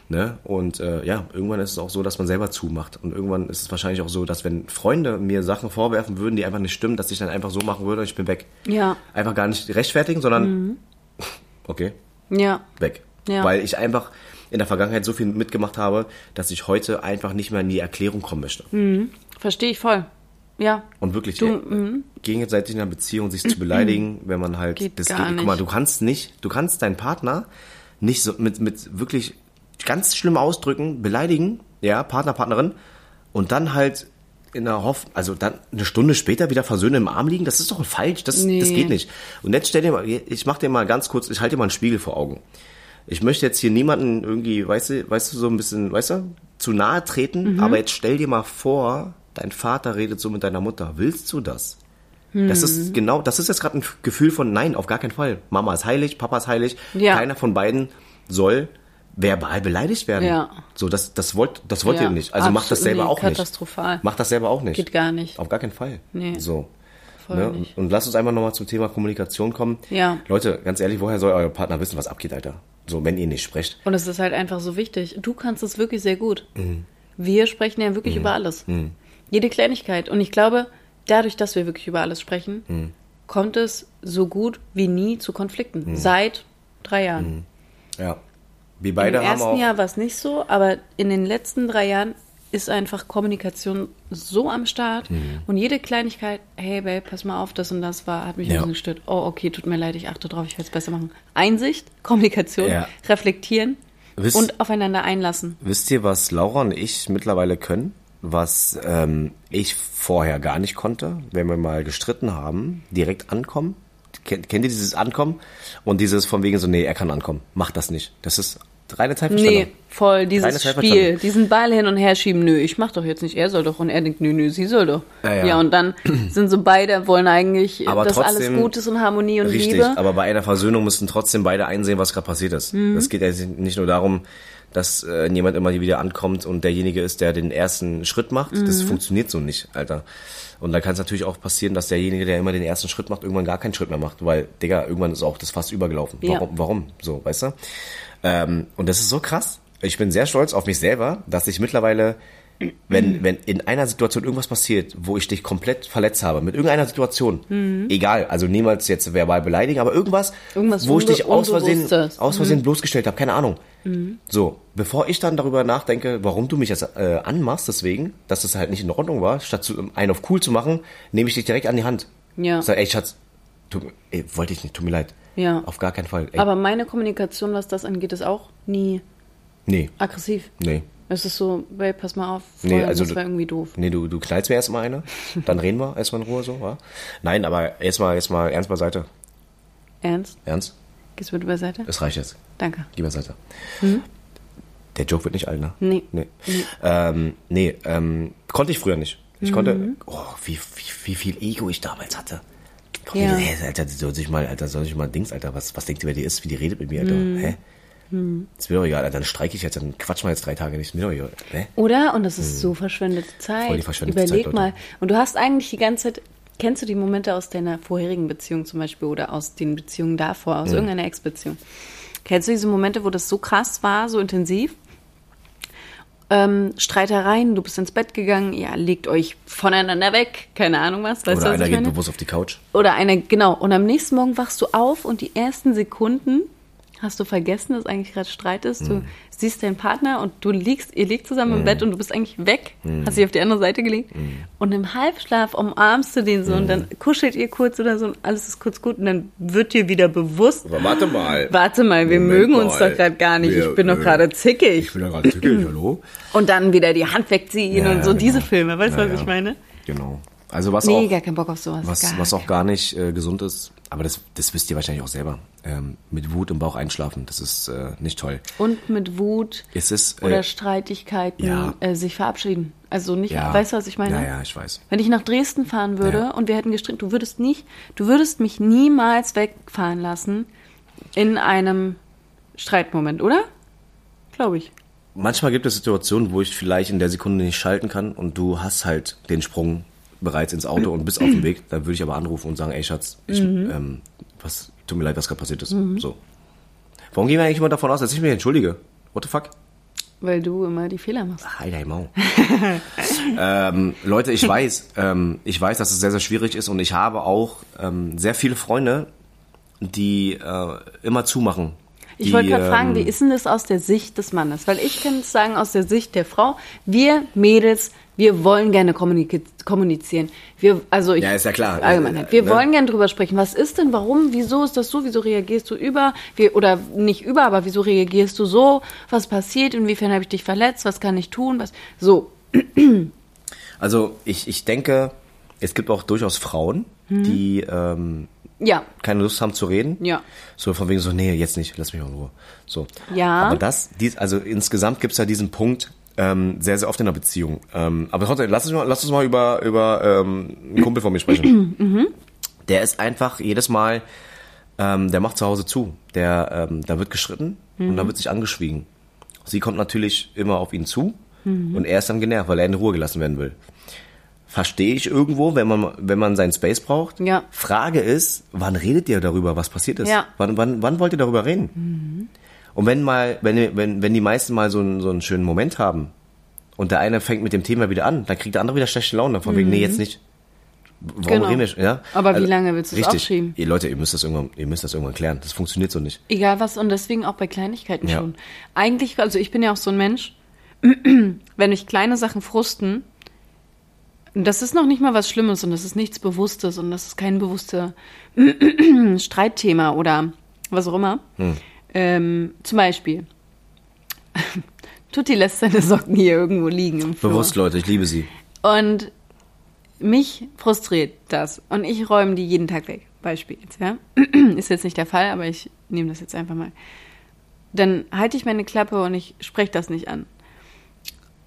Speaker 2: Ne? Und äh, ja, irgendwann ist es auch so, dass man selber zumacht. Und irgendwann ist es wahrscheinlich auch so, dass wenn Freunde mir Sachen vorwerfen würden, die einfach nicht stimmen, dass ich dann einfach so machen würde und ich bin weg.
Speaker 1: Ja.
Speaker 2: Einfach gar nicht rechtfertigen, sondern [laughs] okay,
Speaker 1: ja,
Speaker 2: weg.
Speaker 1: Ja.
Speaker 2: Weil ich einfach in der Vergangenheit so viel mitgemacht habe, dass ich heute einfach nicht mehr in die Erklärung kommen möchte.
Speaker 1: verstehe ich voll. Ja,
Speaker 2: Und wirklich
Speaker 1: Du, mhm.
Speaker 2: äh, gegenseitig in einer Beziehung sich zu beleidigen, wenn man halt
Speaker 1: Geht
Speaker 2: das
Speaker 1: gar
Speaker 2: Guck mal,
Speaker 1: nicht.
Speaker 2: du kannst nicht, du kannst deinen Partner nicht so mit mit wirklich ganz schlimm ausdrücken, beleidigen, ja, Partner Partnerin und dann halt in der Hoffnung, also dann eine Stunde später wieder versöhnen im Arm liegen, das ist doch falsch, das, das
Speaker 1: Nee.
Speaker 2: geht nicht. Und jetzt stell dir mal, ich mach dir mal ganz kurz, ich halte dir mal einen Spiegel vor Augen ich möchte jetzt hier niemanden irgendwie, weißt du, weißt du, so ein bisschen, weißt du, zu nahe treten,
Speaker 1: Mhm.
Speaker 2: aber jetzt stell dir mal vor, dein Vater redet so mit deiner Mutter. Willst du das? Das
Speaker 1: Mhm.
Speaker 2: ist genau, das ist jetzt gerade ein Gefühl von nein, auf gar keinen Fall. Mama ist heilig, Papa ist heilig.
Speaker 1: Ja.
Speaker 2: Keiner von beiden soll verbal beleidigt werden.
Speaker 1: Ja.
Speaker 2: So, das, das wollt, das wollt
Speaker 1: Ja,
Speaker 2: ihr nicht. Also macht das
Speaker 1: absolut.
Speaker 2: selber
Speaker 1: Nee,
Speaker 2: auch
Speaker 1: katastrophal.
Speaker 2: nicht. Macht das selber auch nicht.
Speaker 1: Geht gar nicht.
Speaker 2: Auf gar keinen Fall.
Speaker 1: Nee.
Speaker 2: So.
Speaker 1: voll
Speaker 2: Ne?
Speaker 1: nicht.
Speaker 2: Und lasst uns einfach nochmal zum Thema Kommunikation kommen.
Speaker 1: Ja.
Speaker 2: Leute, ganz ehrlich, woher soll euer Partner wissen, was abgeht, Alter? So, wenn ihr nicht sprecht.
Speaker 1: Und es ist halt einfach so wichtig. Du kannst es wirklich sehr gut. Wir sprechen ja wirklich über alles. Jede Kleinigkeit. Und ich glaube, dadurch, dass wir wirklich über alles sprechen, kommt es so gut wie nie zu Konflikten. Seit drei Jahren.
Speaker 2: Ja. Wir
Speaker 1: Im
Speaker 2: beide haben
Speaker 1: ersten
Speaker 2: auch.
Speaker 1: Jahr war es nicht so, aber in den letzten drei Jahren ist einfach Kommunikation so am Start
Speaker 2: Mhm.
Speaker 1: und jede Kleinigkeit, hey Babe, pass mal auf, das und das war, hat mich
Speaker 2: Ja.
Speaker 1: ein bisschen gestört. Oh, okay, tut mir leid, ich achte drauf, ich werde es besser machen. Einsicht, Kommunikation,
Speaker 2: Ja.
Speaker 1: reflektieren
Speaker 2: Wisst-
Speaker 1: und aufeinander einlassen.
Speaker 2: Wisst ihr, was Laura und ich mittlerweile können? Was ähm, ich vorher gar nicht konnte, wenn wir mal gestritten haben, direkt ankommen. Kennt, kennt ihr dieses Ankommen? Und dieses von wegen so, nee, er kann ankommen. Macht das nicht. Das ist reine Zeitverschwendung.
Speaker 1: Nee, voll,
Speaker 2: Reine
Speaker 1: dieses Spiel,
Speaker 2: Zeitverschwendung.
Speaker 1: diesen Ball hin und her schieben, nö, ich mach doch jetzt nicht, er soll doch und er denkt, nö, nö, sie soll doch.
Speaker 2: Ja, ja.
Speaker 1: und dann sind so beide, wollen eigentlich,
Speaker 2: Aber
Speaker 1: dass
Speaker 2: trotzdem-
Speaker 1: alles gut ist und Harmonie und
Speaker 2: Richtig,
Speaker 1: Liebe. Mhm.
Speaker 2: aber bei einer Versöhnung müssen trotzdem beide einsehen, was gerade passiert ist. Es geht ja nicht nur darum, dass äh, jemand immer wieder ankommt und derjenige ist, der den ersten Schritt macht. Das
Speaker 1: Mhm.
Speaker 2: funktioniert so nicht, Alter. Und dann kann es natürlich auch passieren, dass derjenige, der immer den ersten Schritt macht, irgendwann gar keinen Schritt mehr macht, weil, Digga, irgendwann ist auch das Fass übergelaufen.
Speaker 1: Ja.
Speaker 2: Warum, warum? So, weißt du? Ähm, und das ist so krass. Ich bin sehr stolz auf mich selber, dass ich mittlerweile wenn, wenn in einer Situation irgendwas passiert, wo ich dich komplett verletzt habe, mit irgendeiner Situation, egal, also niemals jetzt verbal beleidigen, aber irgendwas,
Speaker 1: Mhm. Irgendwas
Speaker 2: wo ich dich
Speaker 1: Unbe-
Speaker 2: aus Versehen,
Speaker 1: Unbewusstes. Mhm.
Speaker 2: aus Versehen bloßgestellt habe, keine Ahnung. So, bevor ich dann darüber nachdenke, warum du mich jetzt äh, anmachst, deswegen, dass das halt nicht in Ordnung war, statt zu, um einen auf cool zu machen, nehme ich dich direkt an die Hand.
Speaker 1: Ja.
Speaker 2: Sag, ey, Schatz, tu, ey, wollte ich nicht, tut mir leid.
Speaker 1: Ja.
Speaker 2: Auf gar keinen Fall. Ey,
Speaker 1: Aber meine Kommunikation, was das angeht, ist auch nie
Speaker 2: nee,
Speaker 1: aggressiv.
Speaker 2: nee.
Speaker 1: Es ist so, Babe, pass mal auf,
Speaker 2: Nee,
Speaker 1: vorher,
Speaker 2: also
Speaker 1: das
Speaker 2: du-
Speaker 1: war irgendwie doof.
Speaker 2: Nee, du, du knallst mir erstmal eine, dann reden wir erstmal in Ruhe so, wa? Nein, aber erstmal erstmal ernst beiseite.
Speaker 1: Ernst?
Speaker 2: Ernst?
Speaker 1: Gehst du bitte beiseite?
Speaker 2: Es reicht jetzt.
Speaker 1: Danke.
Speaker 2: Geh beiseite. Der Joke wird nicht alt, ne?
Speaker 1: Hm? Nee. Mhm.
Speaker 2: Nee, ähm, nee ähm, konnte ich früher nicht. Ich konnte, oh, wie, wie, wie viel Ego ich damals hatte. Komm,
Speaker 1: Ja.
Speaker 2: hey, Alter, soll sich mal, Alter, soll sich mal Dings, Alter, was, was denkt ihr, wer die ist, wie die redet mit mir, Alter?
Speaker 1: Mhm.
Speaker 2: Hä? Ist mir doch egal, Alter, dann streike ich jetzt, dann quatsch mal jetzt drei Tage nicht, ist mir doch egal. Hä?
Speaker 1: Oder? Und das ist so verschwendete Zeit.
Speaker 2: Hm. Voll die verschwendete
Speaker 1: Überleg
Speaker 2: Zeit, Leute.
Speaker 1: mal. Und du hast eigentlich die ganze Zeit, kennst du die Momente aus deiner vorherigen Beziehung zum Beispiel oder aus den Beziehungen davor, aus irgendeiner Ex-Beziehung? Kennst du diese Momente, wo das so krass war, so intensiv? Ähm, Streitereien, du bist ins Bett gegangen, ja, legt euch voneinander weg, keine Ahnung was, weißt du,
Speaker 2: Oder
Speaker 1: was
Speaker 2: einer
Speaker 1: ich
Speaker 2: geht
Speaker 1: meine?
Speaker 2: bewusst auf die Couch.
Speaker 1: Oder eine, genau. Und am nächsten Morgen wachst du auf und die ersten Sekunden Hast du vergessen, dass eigentlich gerade Streit ist? Du
Speaker 2: Hm.
Speaker 1: siehst deinen Partner und du liegst, ihr liegt zusammen im Bett und du bist eigentlich weg.
Speaker 2: Hm.
Speaker 1: Hast dich auf die andere Seite gelegt. Und im Halbschlaf umarmst du den so
Speaker 2: Hm.
Speaker 1: und dann kuschelt ihr kurz oder so und alles ist kurz gut und dann wird dir wieder bewusst.
Speaker 2: Aber warte mal.
Speaker 1: Warte mal, wir
Speaker 2: Moment
Speaker 1: mögen uns
Speaker 2: mal.
Speaker 1: doch gerade gar nicht.
Speaker 2: Wir-
Speaker 1: ich bin doch
Speaker 2: äh,
Speaker 1: gerade
Speaker 2: Ich
Speaker 1: zickig.
Speaker 2: bin
Speaker 1: [clears throat]
Speaker 2: da gerade zickig, hallo?
Speaker 1: Und dann wieder die Hand wegziehen
Speaker 2: Ja,
Speaker 1: und so
Speaker 2: ja,
Speaker 1: diese
Speaker 2: genau.
Speaker 1: Filme. Weißt du,
Speaker 2: Ja,
Speaker 1: was
Speaker 2: ja.
Speaker 1: ich meine?
Speaker 2: Genau. Also was auch.
Speaker 1: Mega keinen Bock auf sowas.
Speaker 2: Was,
Speaker 1: Gar
Speaker 2: was auch gar nicht äh, gesund ist, aber das, das wisst ihr wahrscheinlich auch selber. Ähm, mit Wut im Bauch einschlafen, das ist äh, nicht toll.
Speaker 1: Und mit Wut
Speaker 2: Es ist.
Speaker 1: oder
Speaker 2: Äh,
Speaker 1: Streitigkeiten
Speaker 2: ja.
Speaker 1: äh, sich verabschieden. Also nicht,
Speaker 2: ja.
Speaker 1: weißt du, was ich meine?
Speaker 2: Ja, ja, ich weiß.
Speaker 1: Wenn ich nach Dresden fahren würde
Speaker 2: Ja.
Speaker 1: und wir hätten gestritten, du würdest nicht, du würdest mich niemals wegfahren lassen in einem Streitmoment, oder? Glaube ich.
Speaker 2: Manchmal gibt es Situationen, wo ich vielleicht in der Sekunde nicht schalten kann und du hast halt den Sprung bereits ins Auto und bist auf dem Weg. Dann würde ich aber anrufen und sagen, ey Schatz, ich,
Speaker 1: Mhm.
Speaker 2: ähm, was, tut mir leid, was gerade passiert ist. So. Warum gehen wir eigentlich immer davon aus, dass ich mich entschuldige? What the fuck?
Speaker 1: Weil du immer die Fehler machst.
Speaker 2: Hi, dein Mau. [laughs] ähm, Leute, ich weiß, ähm, ich weiß, dass es sehr, sehr schwierig ist und ich habe auch ähm, sehr viele Freunde, die äh, immer zumachen.
Speaker 1: Ich
Speaker 2: Die,
Speaker 1: wollte gerade fragen, wie
Speaker 2: ähm,
Speaker 1: ist denn das aus der Sicht des Mannes? Weil ich kann es sagen, aus der Sicht der Frau, wir Mädels, wir wollen gerne kommuniki- kommunizieren. Wir, also ich,
Speaker 2: Ja, ist ja klar.
Speaker 1: Allgemeinheit.
Speaker 2: Äh,
Speaker 1: Wir
Speaker 2: ne?
Speaker 1: wollen gerne drüber sprechen. Was ist denn, warum, wieso ist das so, wieso reagierst du über, wie, oder nicht über, aber wieso reagierst du so, was passiert, inwiefern habe ich dich verletzt, was kann ich tun, was, so.
Speaker 2: Also ich, ich denke, es gibt auch durchaus Frauen,
Speaker 1: Mhm.
Speaker 2: die ähm,
Speaker 1: Ja,
Speaker 2: keine Lust haben zu reden.
Speaker 1: Ja.
Speaker 2: So von wegen so, nee, jetzt nicht, lass mich mal in Ruhe. So.
Speaker 1: Ja.
Speaker 2: Aber das, dies, also insgesamt gibt's ja diesen Punkt ähm, sehr, sehr oft in der Beziehung. Ähm, aber trotzdem, lass uns mal, lass uns mal über, über ähm, einen Kumpel von mir sprechen.
Speaker 1: [clears throat] Mhm.
Speaker 2: Der ist einfach jedes Mal, ähm, der macht zu Hause zu. Der, ähm, da wird gestritten und da
Speaker 1: Mhm.
Speaker 2: wird sich angeschwiegen. Sie kommt natürlich immer auf ihn zu
Speaker 1: Mhm.
Speaker 2: und er ist dann genervt, weil er in Ruhe gelassen werden will. Verstehe ich irgendwo, wenn man, wenn man seinen Space braucht.
Speaker 1: Ja.
Speaker 2: Frage ist, wann redet ihr darüber, was passiert ist?
Speaker 1: Ja. Mhm.
Speaker 2: Wann, wann, wann wollt ihr darüber reden? Und wenn mal, wenn, wenn, wenn die meisten mal so einen, so einen schönen Moment haben und der eine fängt mit dem Thema wieder an, dann kriegt der andere wieder schlechte Laune davon, wegen, nee, jetzt nicht. Warum
Speaker 1: Mhm. Genau.
Speaker 2: reden wir, ja? Also,
Speaker 1: Aber wie lange willst du es
Speaker 2: richtig.
Speaker 1: aufschieben?
Speaker 2: Ihr Leute, ihr müsst das irgendwann, ihr müsst das irgendwann klären. Das funktioniert so nicht.
Speaker 1: Egal was und deswegen auch bei Kleinigkeiten
Speaker 2: Ja.
Speaker 1: schon. Eigentlich, also ich bin ja auch so ein Mensch, [clears throat] wenn mich kleine Sachen frusten, das ist noch nicht mal was Schlimmes und das ist nichts Bewusstes und das ist kein bewusster [clears throat] Streitthema oder was auch immer.
Speaker 2: Hm.
Speaker 1: Ähm, zum Beispiel, [laughs] Tutti lässt seine Socken hier irgendwo liegen im Flur.
Speaker 2: Bewusst, Leute, ich liebe sie.
Speaker 1: Und mich frustriert das. Und ich räume die jeden Tag weg. Beispiel jetzt, ja. [clears throat] Ist jetzt nicht der Fall, aber ich nehme das jetzt einfach mal. Dann halte ich meine Klappe und ich spreche das nicht an.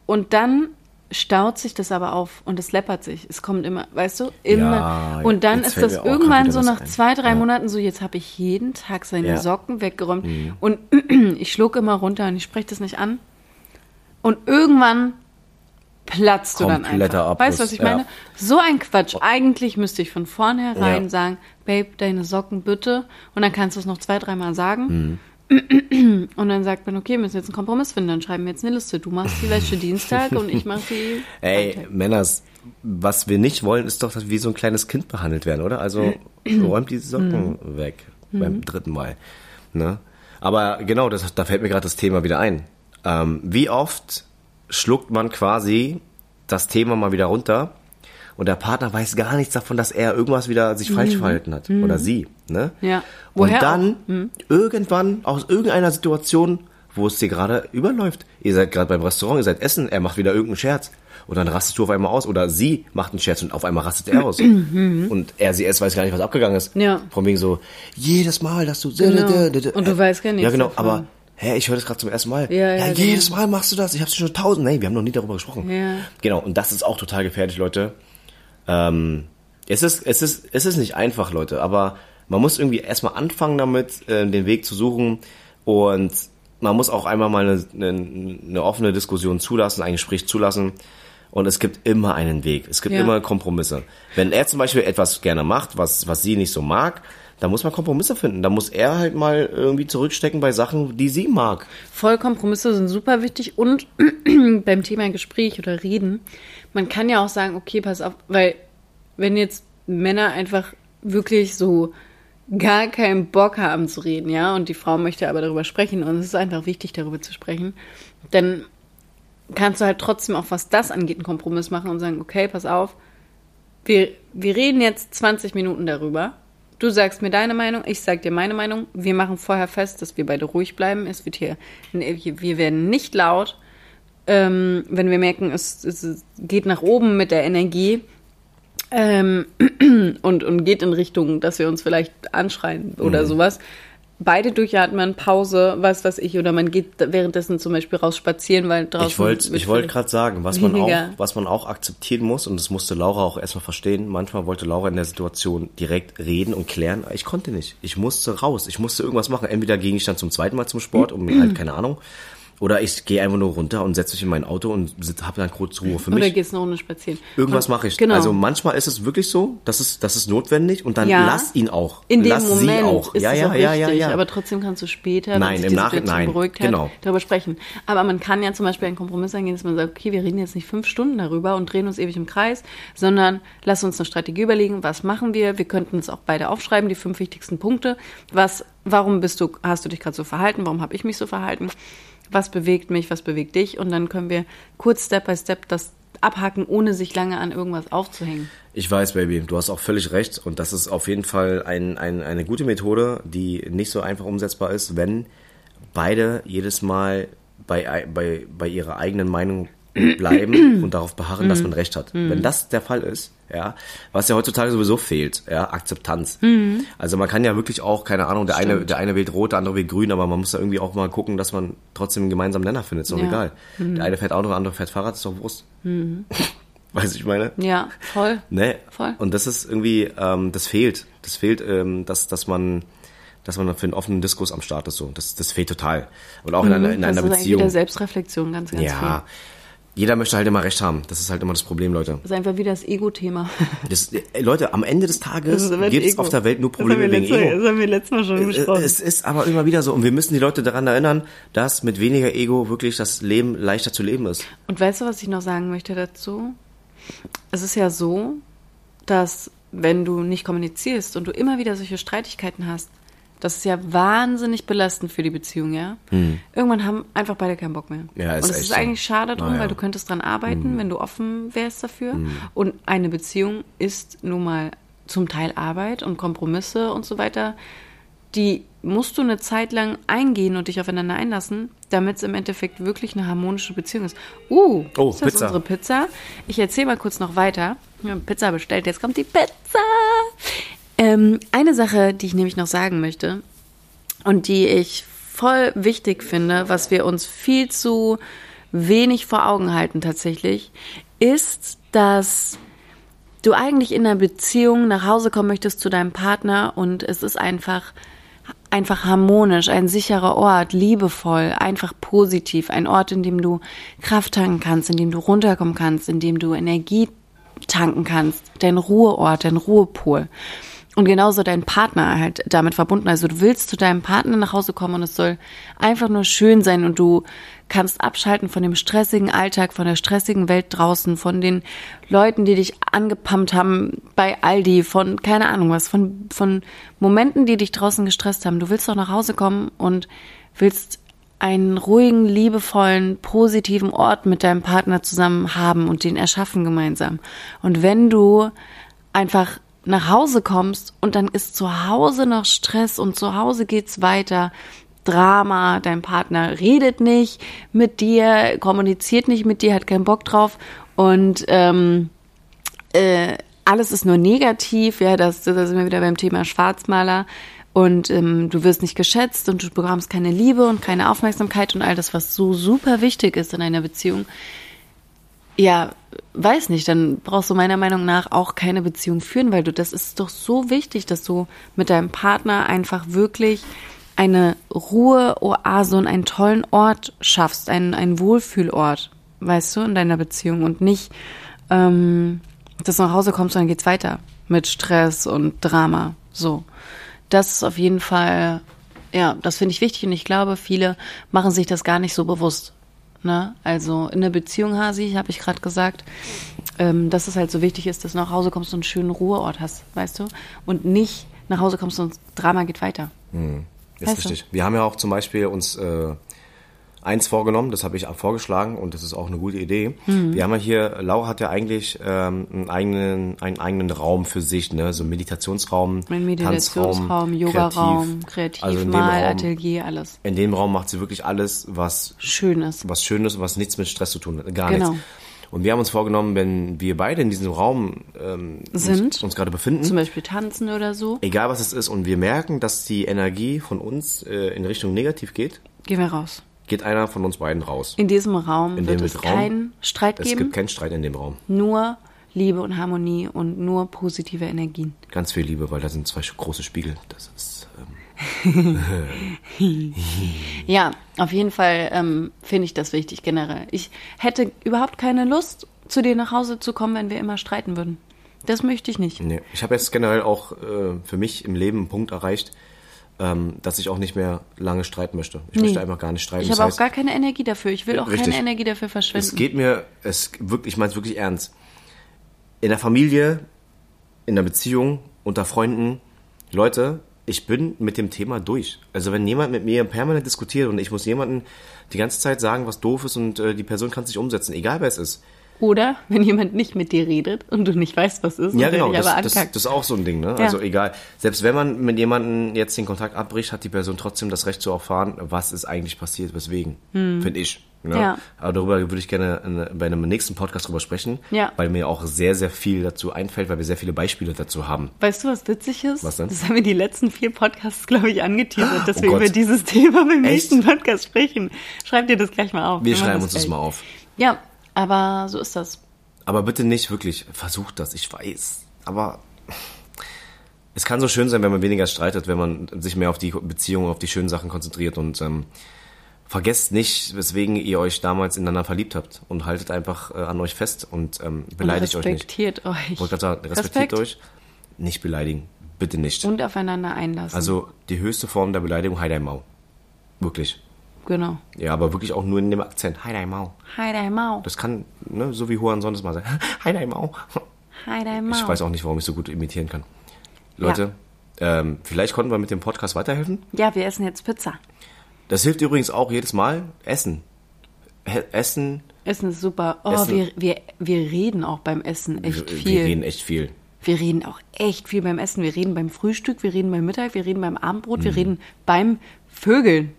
Speaker 1: Und dann staut sich das aber auf und es läppert sich. Es kommt immer, weißt du, immer.
Speaker 2: Ja,
Speaker 1: und dann
Speaker 2: jetzt
Speaker 1: ist
Speaker 2: fällt
Speaker 1: das
Speaker 2: mir auch
Speaker 1: irgendwann
Speaker 2: grad
Speaker 1: so
Speaker 2: wieder was
Speaker 1: nach
Speaker 2: ein.
Speaker 1: zwei, drei
Speaker 2: Ja.
Speaker 1: Monaten so, jetzt habe ich jeden Tag seine
Speaker 2: Ja. Mhm.
Speaker 1: Socken weggeräumt und [clears throat] ich schluck immer runter und ich spreche das nicht an. Und irgendwann platzt du dann
Speaker 2: Kompletter
Speaker 1: einfach.
Speaker 2: Abriss,
Speaker 1: Weißt du, was ich
Speaker 2: ja.
Speaker 1: meine? So ein Quatsch. Eigentlich müsste ich von vornherein
Speaker 2: Ja.
Speaker 1: sagen, Babe, deine Socken bitte. Und dann kannst du es noch zwei, dreimal sagen.
Speaker 2: Mhm.
Speaker 1: Und dann sagt man, okay, wir müssen jetzt einen Kompromiss finden. Dann schreiben wir jetzt eine Liste. Du machst die Wäsche Dienstag und ich mache die.
Speaker 2: Ey, Männers, was wir nicht wollen, ist doch, dass wir wie so ein kleines Kind behandelt werden,
Speaker 1: [clears throat]
Speaker 2: oder? Also räumt die Socken
Speaker 1: Mhm.
Speaker 2: weg beim dritten Mal. Ne? Aber genau, das, da fällt mir gerade das Thema wieder ein. Ähm, wie oft schluckt man quasi das Thema mal wieder runter und der Partner weiß gar nichts davon, dass er irgendwas wieder sich falsch verhalten hat oder sie. Ne?
Speaker 1: Mhm. Ja.
Speaker 2: Und
Speaker 1: Woher auch?
Speaker 2: dann Mhm. irgendwann aus irgendeiner Situation, wo es dir gerade überläuft. Ihr seid gerade beim Restaurant, ihr seid essen, er macht wieder irgendeinen Scherz. Und dann rastest du auf einmal aus. Oder sie macht einen Scherz und auf einmal rastet
Speaker 1: [clears throat]
Speaker 2: er aus. und er, sie, es weiß gar nicht, was abgegangen ist.
Speaker 1: Mhm. Ja.
Speaker 2: Von wegen so, jedes Mal, dass du...
Speaker 1: Genau. Und du weißt gar
Speaker 2: Ja,
Speaker 1: nichts
Speaker 2: genau,
Speaker 1: davon.
Speaker 2: aber... Hä, ich höre das gerade zum ersten Mal.
Speaker 1: Ja, ja, genau.
Speaker 2: jedes Mal machst du das. Ich hab's schon tausend. Nein, wir haben noch nie darüber gesprochen.
Speaker 1: Ja.
Speaker 2: Genau, und das ist auch total gefährlich, Leute. Ähm, es, ist, es, ist, es ist nicht einfach, Leute, aber man muss irgendwie erstmal anfangen damit, äh, den Weg zu suchen und man muss auch einmal mal eine, eine, eine offene Diskussion zulassen, ein Gespräch zulassen und es gibt immer einen Weg, es gibt
Speaker 1: Ja.
Speaker 2: immer Kompromisse. Wenn er zum Beispiel etwas gerne macht, was, was sie nicht so mag, dann muss man Kompromisse finden, da muss er halt mal irgendwie zurückstecken bei Sachen, die sie mag.
Speaker 1: Vollkompromisse sind super wichtig und [clears throat] beim Thema Gespräch oder Reden, man kann ja auch sagen, okay, pass auf, weil wenn jetzt Männer einfach wirklich so gar keinen Bock haben zu reden, ja, und die Frau möchte aber darüber sprechen und es ist einfach wichtig, darüber zu sprechen, dann kannst du halt trotzdem auch, was das angeht, einen Kompromiss machen und sagen, okay, pass auf, wir, wir reden jetzt 20 Minuten darüber. Du sagst mir deine Meinung, ich sag dir meine Meinung. Wir machen vorher fest, dass wir beide ruhig bleiben. Es wird hier, wir werden nicht laut. Ähm, wenn wir merken, es, es geht nach oben mit der Energie, ähm, [clears throat] und, und geht in Richtung, dass wir uns vielleicht anschreien
Speaker 2: Mhm.
Speaker 1: oder sowas. Beide durchatmen, Pause, was weiß ich, oder man geht währenddessen zum Beispiel raus spazieren, weil draußen.
Speaker 2: Ich wollte
Speaker 1: wird
Speaker 2: ich wollt
Speaker 1: vielleicht-
Speaker 2: gerade sagen, was man, auch,
Speaker 1: weniger.
Speaker 2: was man auch akzeptieren muss, und das musste Laura auch erstmal verstehen, manchmal wollte Laura in der Situation direkt reden und klären, aber ich konnte nicht. Ich musste raus, ich musste irgendwas machen. Entweder ging ich dann zum zweiten Mal zum Sport, um halt keine Ahnung, oder ich gehe einfach nur runter und setze mich in mein Auto und habe dann kurz Ruhe für mich.
Speaker 1: Oder gehst eine Runde spazieren.
Speaker 2: Irgendwas
Speaker 1: Und-
Speaker 2: mache ich.
Speaker 1: Genau.
Speaker 2: Also manchmal ist es wirklich so, das ist, das ist notwendig und dann
Speaker 1: Ja.
Speaker 2: lass ihn auch.
Speaker 1: in dem
Speaker 2: lass
Speaker 1: Moment
Speaker 2: sie auch.
Speaker 1: ist
Speaker 2: ja,
Speaker 1: es
Speaker 2: ja,
Speaker 1: auch
Speaker 2: ja,
Speaker 1: richtig,
Speaker 2: ja, ja.
Speaker 1: aber trotzdem kannst du später, wenn
Speaker 2: Nein,
Speaker 1: sich
Speaker 2: im
Speaker 1: die
Speaker 2: Nachhinein,
Speaker 1: Situation beruhigt hat,
Speaker 2: genau.
Speaker 1: darüber sprechen. Aber man kann ja zum Beispiel einen Kompromiss eingehen, dass man sagt, okay, wir reden jetzt nicht fünf Stunden darüber und drehen uns ewig im Kreis, sondern lass uns eine Strategie überlegen, was machen wir? Wir könnten es auch beide aufschreiben, die fünf wichtigsten Punkte. Was, warum bist du, hast du dich gerade so verhalten? Warum habe ich mich so verhalten? Was bewegt mich? Was bewegt dich? Und dann können wir kurz Step by Step das abhaken, ohne sich lange an irgendwas aufzuhängen.
Speaker 2: Ich weiß, Baby, du hast auch völlig recht und das ist auf jeden Fall ein, ein, eine gute Methode, die nicht so einfach umsetzbar ist, wenn beide jedes Mal bei, ei- bei, bei ihrer eigenen Meinung bleiben und darauf beharren, dass man recht hat. Wenn das der Fall ist, ja, was ja heutzutage sowieso fehlt, ja, Akzeptanz. Also man kann ja wirklich auch, keine Ahnung, der eine, der eine wählt rot, der andere wählt grün, aber man muss da irgendwie auch mal gucken, dass man trotzdem einen gemeinsamen Nenner findet, ist doch
Speaker 1: Ja.
Speaker 2: egal. Der eine fährt Auto, der andere fährt Fahrrad, ist doch Wurst. [laughs] Weiß ich meine?
Speaker 1: Ja, voll.
Speaker 2: Ne?
Speaker 1: Voll.
Speaker 2: Und das ist irgendwie, ähm, das fehlt. Das fehlt, ähm, dass, dass man dass man für einen offenen Diskurs am Start ist. So. Das, das fehlt total. Und auch in einer, in
Speaker 1: Mhm. das
Speaker 2: einer
Speaker 1: ist eigentlich wieder
Speaker 2: Beziehung.
Speaker 1: Selbstreflexion ganz, ganz viel.
Speaker 2: Ja. Jeder möchte halt immer recht haben. Das ist halt immer das Problem, Leute.
Speaker 1: Das ist einfach wieder das Ego-Thema. [laughs]
Speaker 2: Das, äh, Leute, am Ende des Tages
Speaker 1: Das ist immer
Speaker 2: gibt es
Speaker 1: Ego.
Speaker 2: auf der Welt nur
Speaker 1: Das haben wir
Speaker 2: Probleme wegen
Speaker 1: letzte-
Speaker 2: Ego.
Speaker 1: Das haben wir letztes Mal schon
Speaker 2: Äh,
Speaker 1: besprochen.
Speaker 2: Es ist aber immer wieder so. Und wir müssen die Leute daran erinnern, dass mit weniger Ego wirklich das Leben leichter zu leben ist.
Speaker 1: Und weißt du, was ich noch sagen möchte dazu? Es ist ja so, dass wenn du nicht kommunizierst und du immer wieder solche Streitigkeiten hast, das ist ja wahnsinnig belastend für die Beziehung, ja? Irgendwann haben einfach beide keinen Bock mehr.
Speaker 2: Hm. Ja, ist
Speaker 1: und es
Speaker 2: echt
Speaker 1: ist
Speaker 2: so. Hm.
Speaker 1: eigentlich schade drum,
Speaker 2: Naja.
Speaker 1: weil du könntest dran arbeiten, wenn du offen wärst dafür.
Speaker 2: Hm.
Speaker 1: Und eine Beziehung ist nun mal zum Teil Arbeit und Kompromisse und so weiter. Die musst du eine Zeit lang eingehen und dich aufeinander einlassen, damit es im Endeffekt wirklich eine harmonische Beziehung ist. Uh,
Speaker 2: Oh,
Speaker 1: ist das
Speaker 2: Pizza.
Speaker 1: unsere Pizza? Ich erzähle mal kurz noch weiter. Wir haben Pizza bestellt, jetzt kommt die Pizza. Ähm, eine Sache, die ich nämlich noch sagen möchte und die ich voll wichtig finde, was wir uns viel zu wenig vor Augen halten tatsächlich, ist, dass du eigentlich in einer Beziehung nach Hause kommen möchtest zu deinem Partner und es ist einfach einfach harmonisch, ein sicherer Ort, liebevoll, einfach positiv, ein Ort, in dem du Kraft tanken kannst, in dem du runterkommen kannst, in dem du Energie tanken kannst, dein Ruheort, dein Ruhepol. Und genauso dein Partner halt damit verbunden. Also du willst zu deinem Partner nach Hause kommen und es soll einfach nur schön sein und du kannst abschalten von dem stressigen Alltag, von der stressigen Welt draußen, von den Leuten, die dich angepumpt haben bei Aldi, von keine Ahnung was, von, von Momenten, die dich draußen gestresst haben. Du willst doch nach Hause kommen und willst einen ruhigen, liebevollen, positiven Ort mit deinem Partner zusammen haben und den erschaffen gemeinsam. Und wenn du einfach nach Hause kommst und dann ist zu Hause noch Stress und zu Hause geht's weiter. Drama, dein Partner redet nicht mit dir, kommuniziert nicht mit dir, hat keinen Bock drauf und ähm, äh, alles ist nur negativ, ja, das, das sind wir wieder beim Thema Schwarzmaler und ähm, du wirst nicht geschätzt und du bekommst keine Liebe und keine Aufmerksamkeit und all das, was so super wichtig ist in einer Beziehung. Ja, weiß nicht, dann brauchst du meiner Meinung nach auch keine Beziehung führen, weil du, das ist doch so wichtig, dass du mit deinem Partner einfach wirklich eine Ruhe-Oase und einen tollen Ort schaffst, einen, einen Wohlfühlort, weißt du, in deiner Beziehung und nicht ähm, dass du nach Hause kommst und dann geht's weiter mit Stress und Drama. So. Das ist auf jeden Fall, ja, das finde ich wichtig und ich glaube, viele machen sich das gar nicht so bewusst. Ne? Also in der Beziehung, Hasi, habe ich gerade gesagt, ähm, dass es halt so wichtig ist, dass du nach Hause kommst und einen schönen Ruheort hast, weißt du? Und nicht nach Hause kommst und das Drama geht weiter.
Speaker 2: Ist
Speaker 1: Weißt du.
Speaker 2: richtig. Wir haben ja auch zum Beispiel uns äh, eins vorgenommen, das habe ich auch vorgeschlagen und das ist auch eine gute Idee.
Speaker 1: Mhm.
Speaker 2: Wir haben ja hier, Laura hat ja eigentlich ähm, einen, eigenen, einen eigenen Raum für sich, ne? so einen Meditationsraum,
Speaker 1: Mein Meditationsraum,
Speaker 2: Tanzraum,
Speaker 1: Yoga-Raum, kreativ,
Speaker 2: kreativ also in dem
Speaker 1: Mal,
Speaker 2: Raum-
Speaker 1: Atelier, alles.
Speaker 2: In dem Raum macht sie wirklich alles, was
Speaker 1: Schön ist.
Speaker 2: was Schönes, was nichts mit Stress zu tun hat. Gar
Speaker 1: Genau.
Speaker 2: nichts. Und wir haben uns vorgenommen, wenn wir beide in diesem Raum ähm,
Speaker 1: Sind.
Speaker 2: uns, uns gerade befinden,
Speaker 1: Zum Beispiel tanzen oder so.
Speaker 2: egal was es ist, und wir merken, dass die Energie von uns äh, in Richtung negativ geht,
Speaker 1: Gehen wir raus.
Speaker 2: geht einer von uns beiden raus.
Speaker 1: In diesem Raum
Speaker 2: In
Speaker 1: wird
Speaker 2: dem
Speaker 1: es
Speaker 2: Raum-
Speaker 1: keinen Streit
Speaker 2: Es
Speaker 1: geben,
Speaker 2: gibt keinen Streit in dem Raum.
Speaker 1: nur Liebe und Harmonie und nur positive Energien.
Speaker 2: Ganz viel Liebe, weil da sind zwei große Spiegel. Das ist ähm,
Speaker 1: Ja, auf jeden Fall ähm, finde ich das wichtig generell. Ich hätte überhaupt keine Lust, zu dir nach Hause zu kommen, wenn wir immer streiten würden. Das möchte ich nicht.
Speaker 2: Nee. Ich habe jetzt generell auch äh, für mich im Leben einen Punkt erreicht, ähm, dass ich auch nicht mehr lange streiten möchte. Ich möchte einfach gar nicht streiten.
Speaker 1: Ich
Speaker 2: Das
Speaker 1: habe auch
Speaker 2: heißt,
Speaker 1: gar keine Energie dafür. Ich will auch
Speaker 2: Richtig.
Speaker 1: keine Energie dafür
Speaker 2: Es
Speaker 1: verschwenden.
Speaker 2: geht mir, es wirklich, ich meine es wirklich ernst. In der Familie, in der Beziehung, unter Freunden, Leute, ich bin mit dem Thema durch. Also wenn jemand mit mir permanent diskutiert und ich muss jemanden die ganze Zeit sagen, was doof ist und äh, die Person kann es nicht umsetzen, egal wer es ist.
Speaker 1: Oder wenn jemand nicht mit dir redet und du nicht weißt, was ist,
Speaker 2: Ja,
Speaker 1: und der
Speaker 2: genau,
Speaker 1: dich
Speaker 2: das,
Speaker 1: aber
Speaker 2: das,
Speaker 1: ankackt.
Speaker 2: das ist auch so ein Ding, ne?
Speaker 1: Ja.
Speaker 2: Also egal. Selbst wenn man mit jemandem jetzt den Kontakt abbricht, hat die Person trotzdem das Recht zu erfahren, was ist eigentlich passiert, weswegen, finde ich. Ne?
Speaker 1: Hm. Ja.
Speaker 2: Aber darüber würde ich gerne in, bei einem nächsten Podcast drüber sprechen,
Speaker 1: Ja.
Speaker 2: weil mir auch sehr, sehr viel dazu einfällt, weil wir sehr viele Beispiele dazu haben.
Speaker 1: Weißt du, was witzig ist?
Speaker 2: Was denn?
Speaker 1: Das haben wir die letzten vier Podcasts, glaube ich, angeteasert, dass
Speaker 2: Oh
Speaker 1: wir
Speaker 2: Gott.
Speaker 1: über dieses Thema beim
Speaker 2: Echt?
Speaker 1: nächsten Podcast sprechen. Schreib dir das gleich mal auf.
Speaker 2: Wir
Speaker 1: wenn man
Speaker 2: schreiben uns das
Speaker 1: fällt.
Speaker 2: mal auf.
Speaker 1: Ja, aber so ist das.
Speaker 2: Aber bitte nicht wirklich, versucht das, ich weiß. Aber es kann so schön sein, wenn man weniger streitet, wenn man sich mehr auf die Beziehung, auf die schönen Sachen konzentriert und ähm, vergesst nicht, weswegen ihr euch damals ineinander verliebt habt und haltet einfach äh, an euch fest und ähm, beleidigt
Speaker 1: und
Speaker 2: euch nicht.
Speaker 1: respektiert euch.
Speaker 2: Ich wollte gerade sagen, respektiert euch, nicht beleidigen, bitte nicht.
Speaker 1: Und aufeinander einlassen.
Speaker 2: Also die höchste Form der Beleidigung, Hi dein Mau. Wirklich.
Speaker 1: genau.
Speaker 2: Ja, aber wirklich auch nur in dem Akzent, Hi dein Mau.
Speaker 1: Hi, dein Mau.
Speaker 2: Das kann, ne, so wie Juan sonst [laughs] mal sein, Hi dein Mau.
Speaker 1: Hi, dein Mau.
Speaker 2: Ich weiß auch nicht, warum ich so gut imitieren kann. Leute, ähm, vielleicht konnten wir mit dem Podcast weiterhelfen.
Speaker 1: Ja, wir essen jetzt Pizza.
Speaker 2: Das hilft übrigens auch jedes Mal. Essen. He- Essen.
Speaker 1: Essen ist super. Oh,
Speaker 2: Essen-
Speaker 1: Wir, wir, wir reden auch beim Essen echt
Speaker 2: Wir-
Speaker 1: viel.
Speaker 2: Wir reden echt viel.
Speaker 1: Wir reden auch echt viel beim Essen. Wir reden beim Frühstück, wir reden beim Mittag, wir reden beim Abendbrot,
Speaker 2: Mhm.
Speaker 1: wir reden beim Vögeln.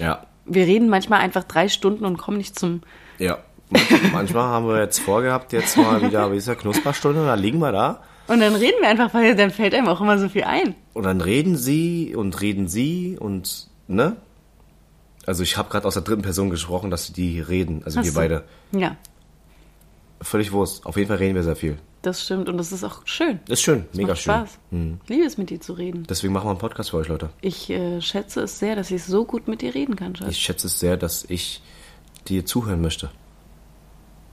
Speaker 2: Ja.
Speaker 1: Wir reden manchmal einfach drei Stunden und kommen nicht zum.
Speaker 2: Ja. [laughs] Manch- Manchmal haben wir jetzt vorgehabt, jetzt mal wieder, wie ist der Knusperstunde, da liegen wir da.
Speaker 1: Und dann reden wir einfach, weil dann fällt einem auch immer so viel ein.
Speaker 2: Und dann reden sie und reden sie und, ne? Also ich habe gerade aus der dritten Person gesprochen, dass die reden, also
Speaker 1: Hast
Speaker 2: wir
Speaker 1: du-
Speaker 2: beide.
Speaker 1: Ja,
Speaker 2: Völlig Wurst. Auf jeden Fall reden wir sehr viel.
Speaker 1: das stimmt und das ist auch schön.
Speaker 2: Ist schön, mega
Speaker 1: Macht
Speaker 2: schön. Mhm.
Speaker 1: Spaß. Ich liebe es, mit dir zu reden.
Speaker 2: Deswegen machen wir einen Podcast für euch, Leute.
Speaker 1: Ich äh, schätze es sehr, dass ich so gut mit dir reden kann, Schatz.
Speaker 2: Ich schätze es sehr, dass ich dir zuhören möchte.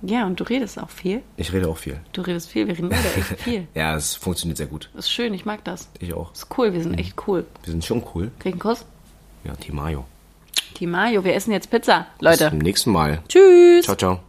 Speaker 1: Ja, und du redest auch viel.
Speaker 2: Ich rede auch viel.
Speaker 1: Du redest viel, wir reden beide echt viel.
Speaker 2: [laughs] Ja, es funktioniert sehr gut.
Speaker 1: Ist schön, ich mag das.
Speaker 2: Ich auch.
Speaker 1: Ist cool, wir sind echt cool.
Speaker 2: Wir sind schon cool.
Speaker 1: Kriegen Kuss.
Speaker 2: Ja, Timayo.
Speaker 1: Die Mayo, wir essen jetzt Pizza,
Speaker 2: Bis
Speaker 1: Leute.
Speaker 2: zum nächsten Mal.
Speaker 1: Tschüss.
Speaker 2: Ciao, ciao.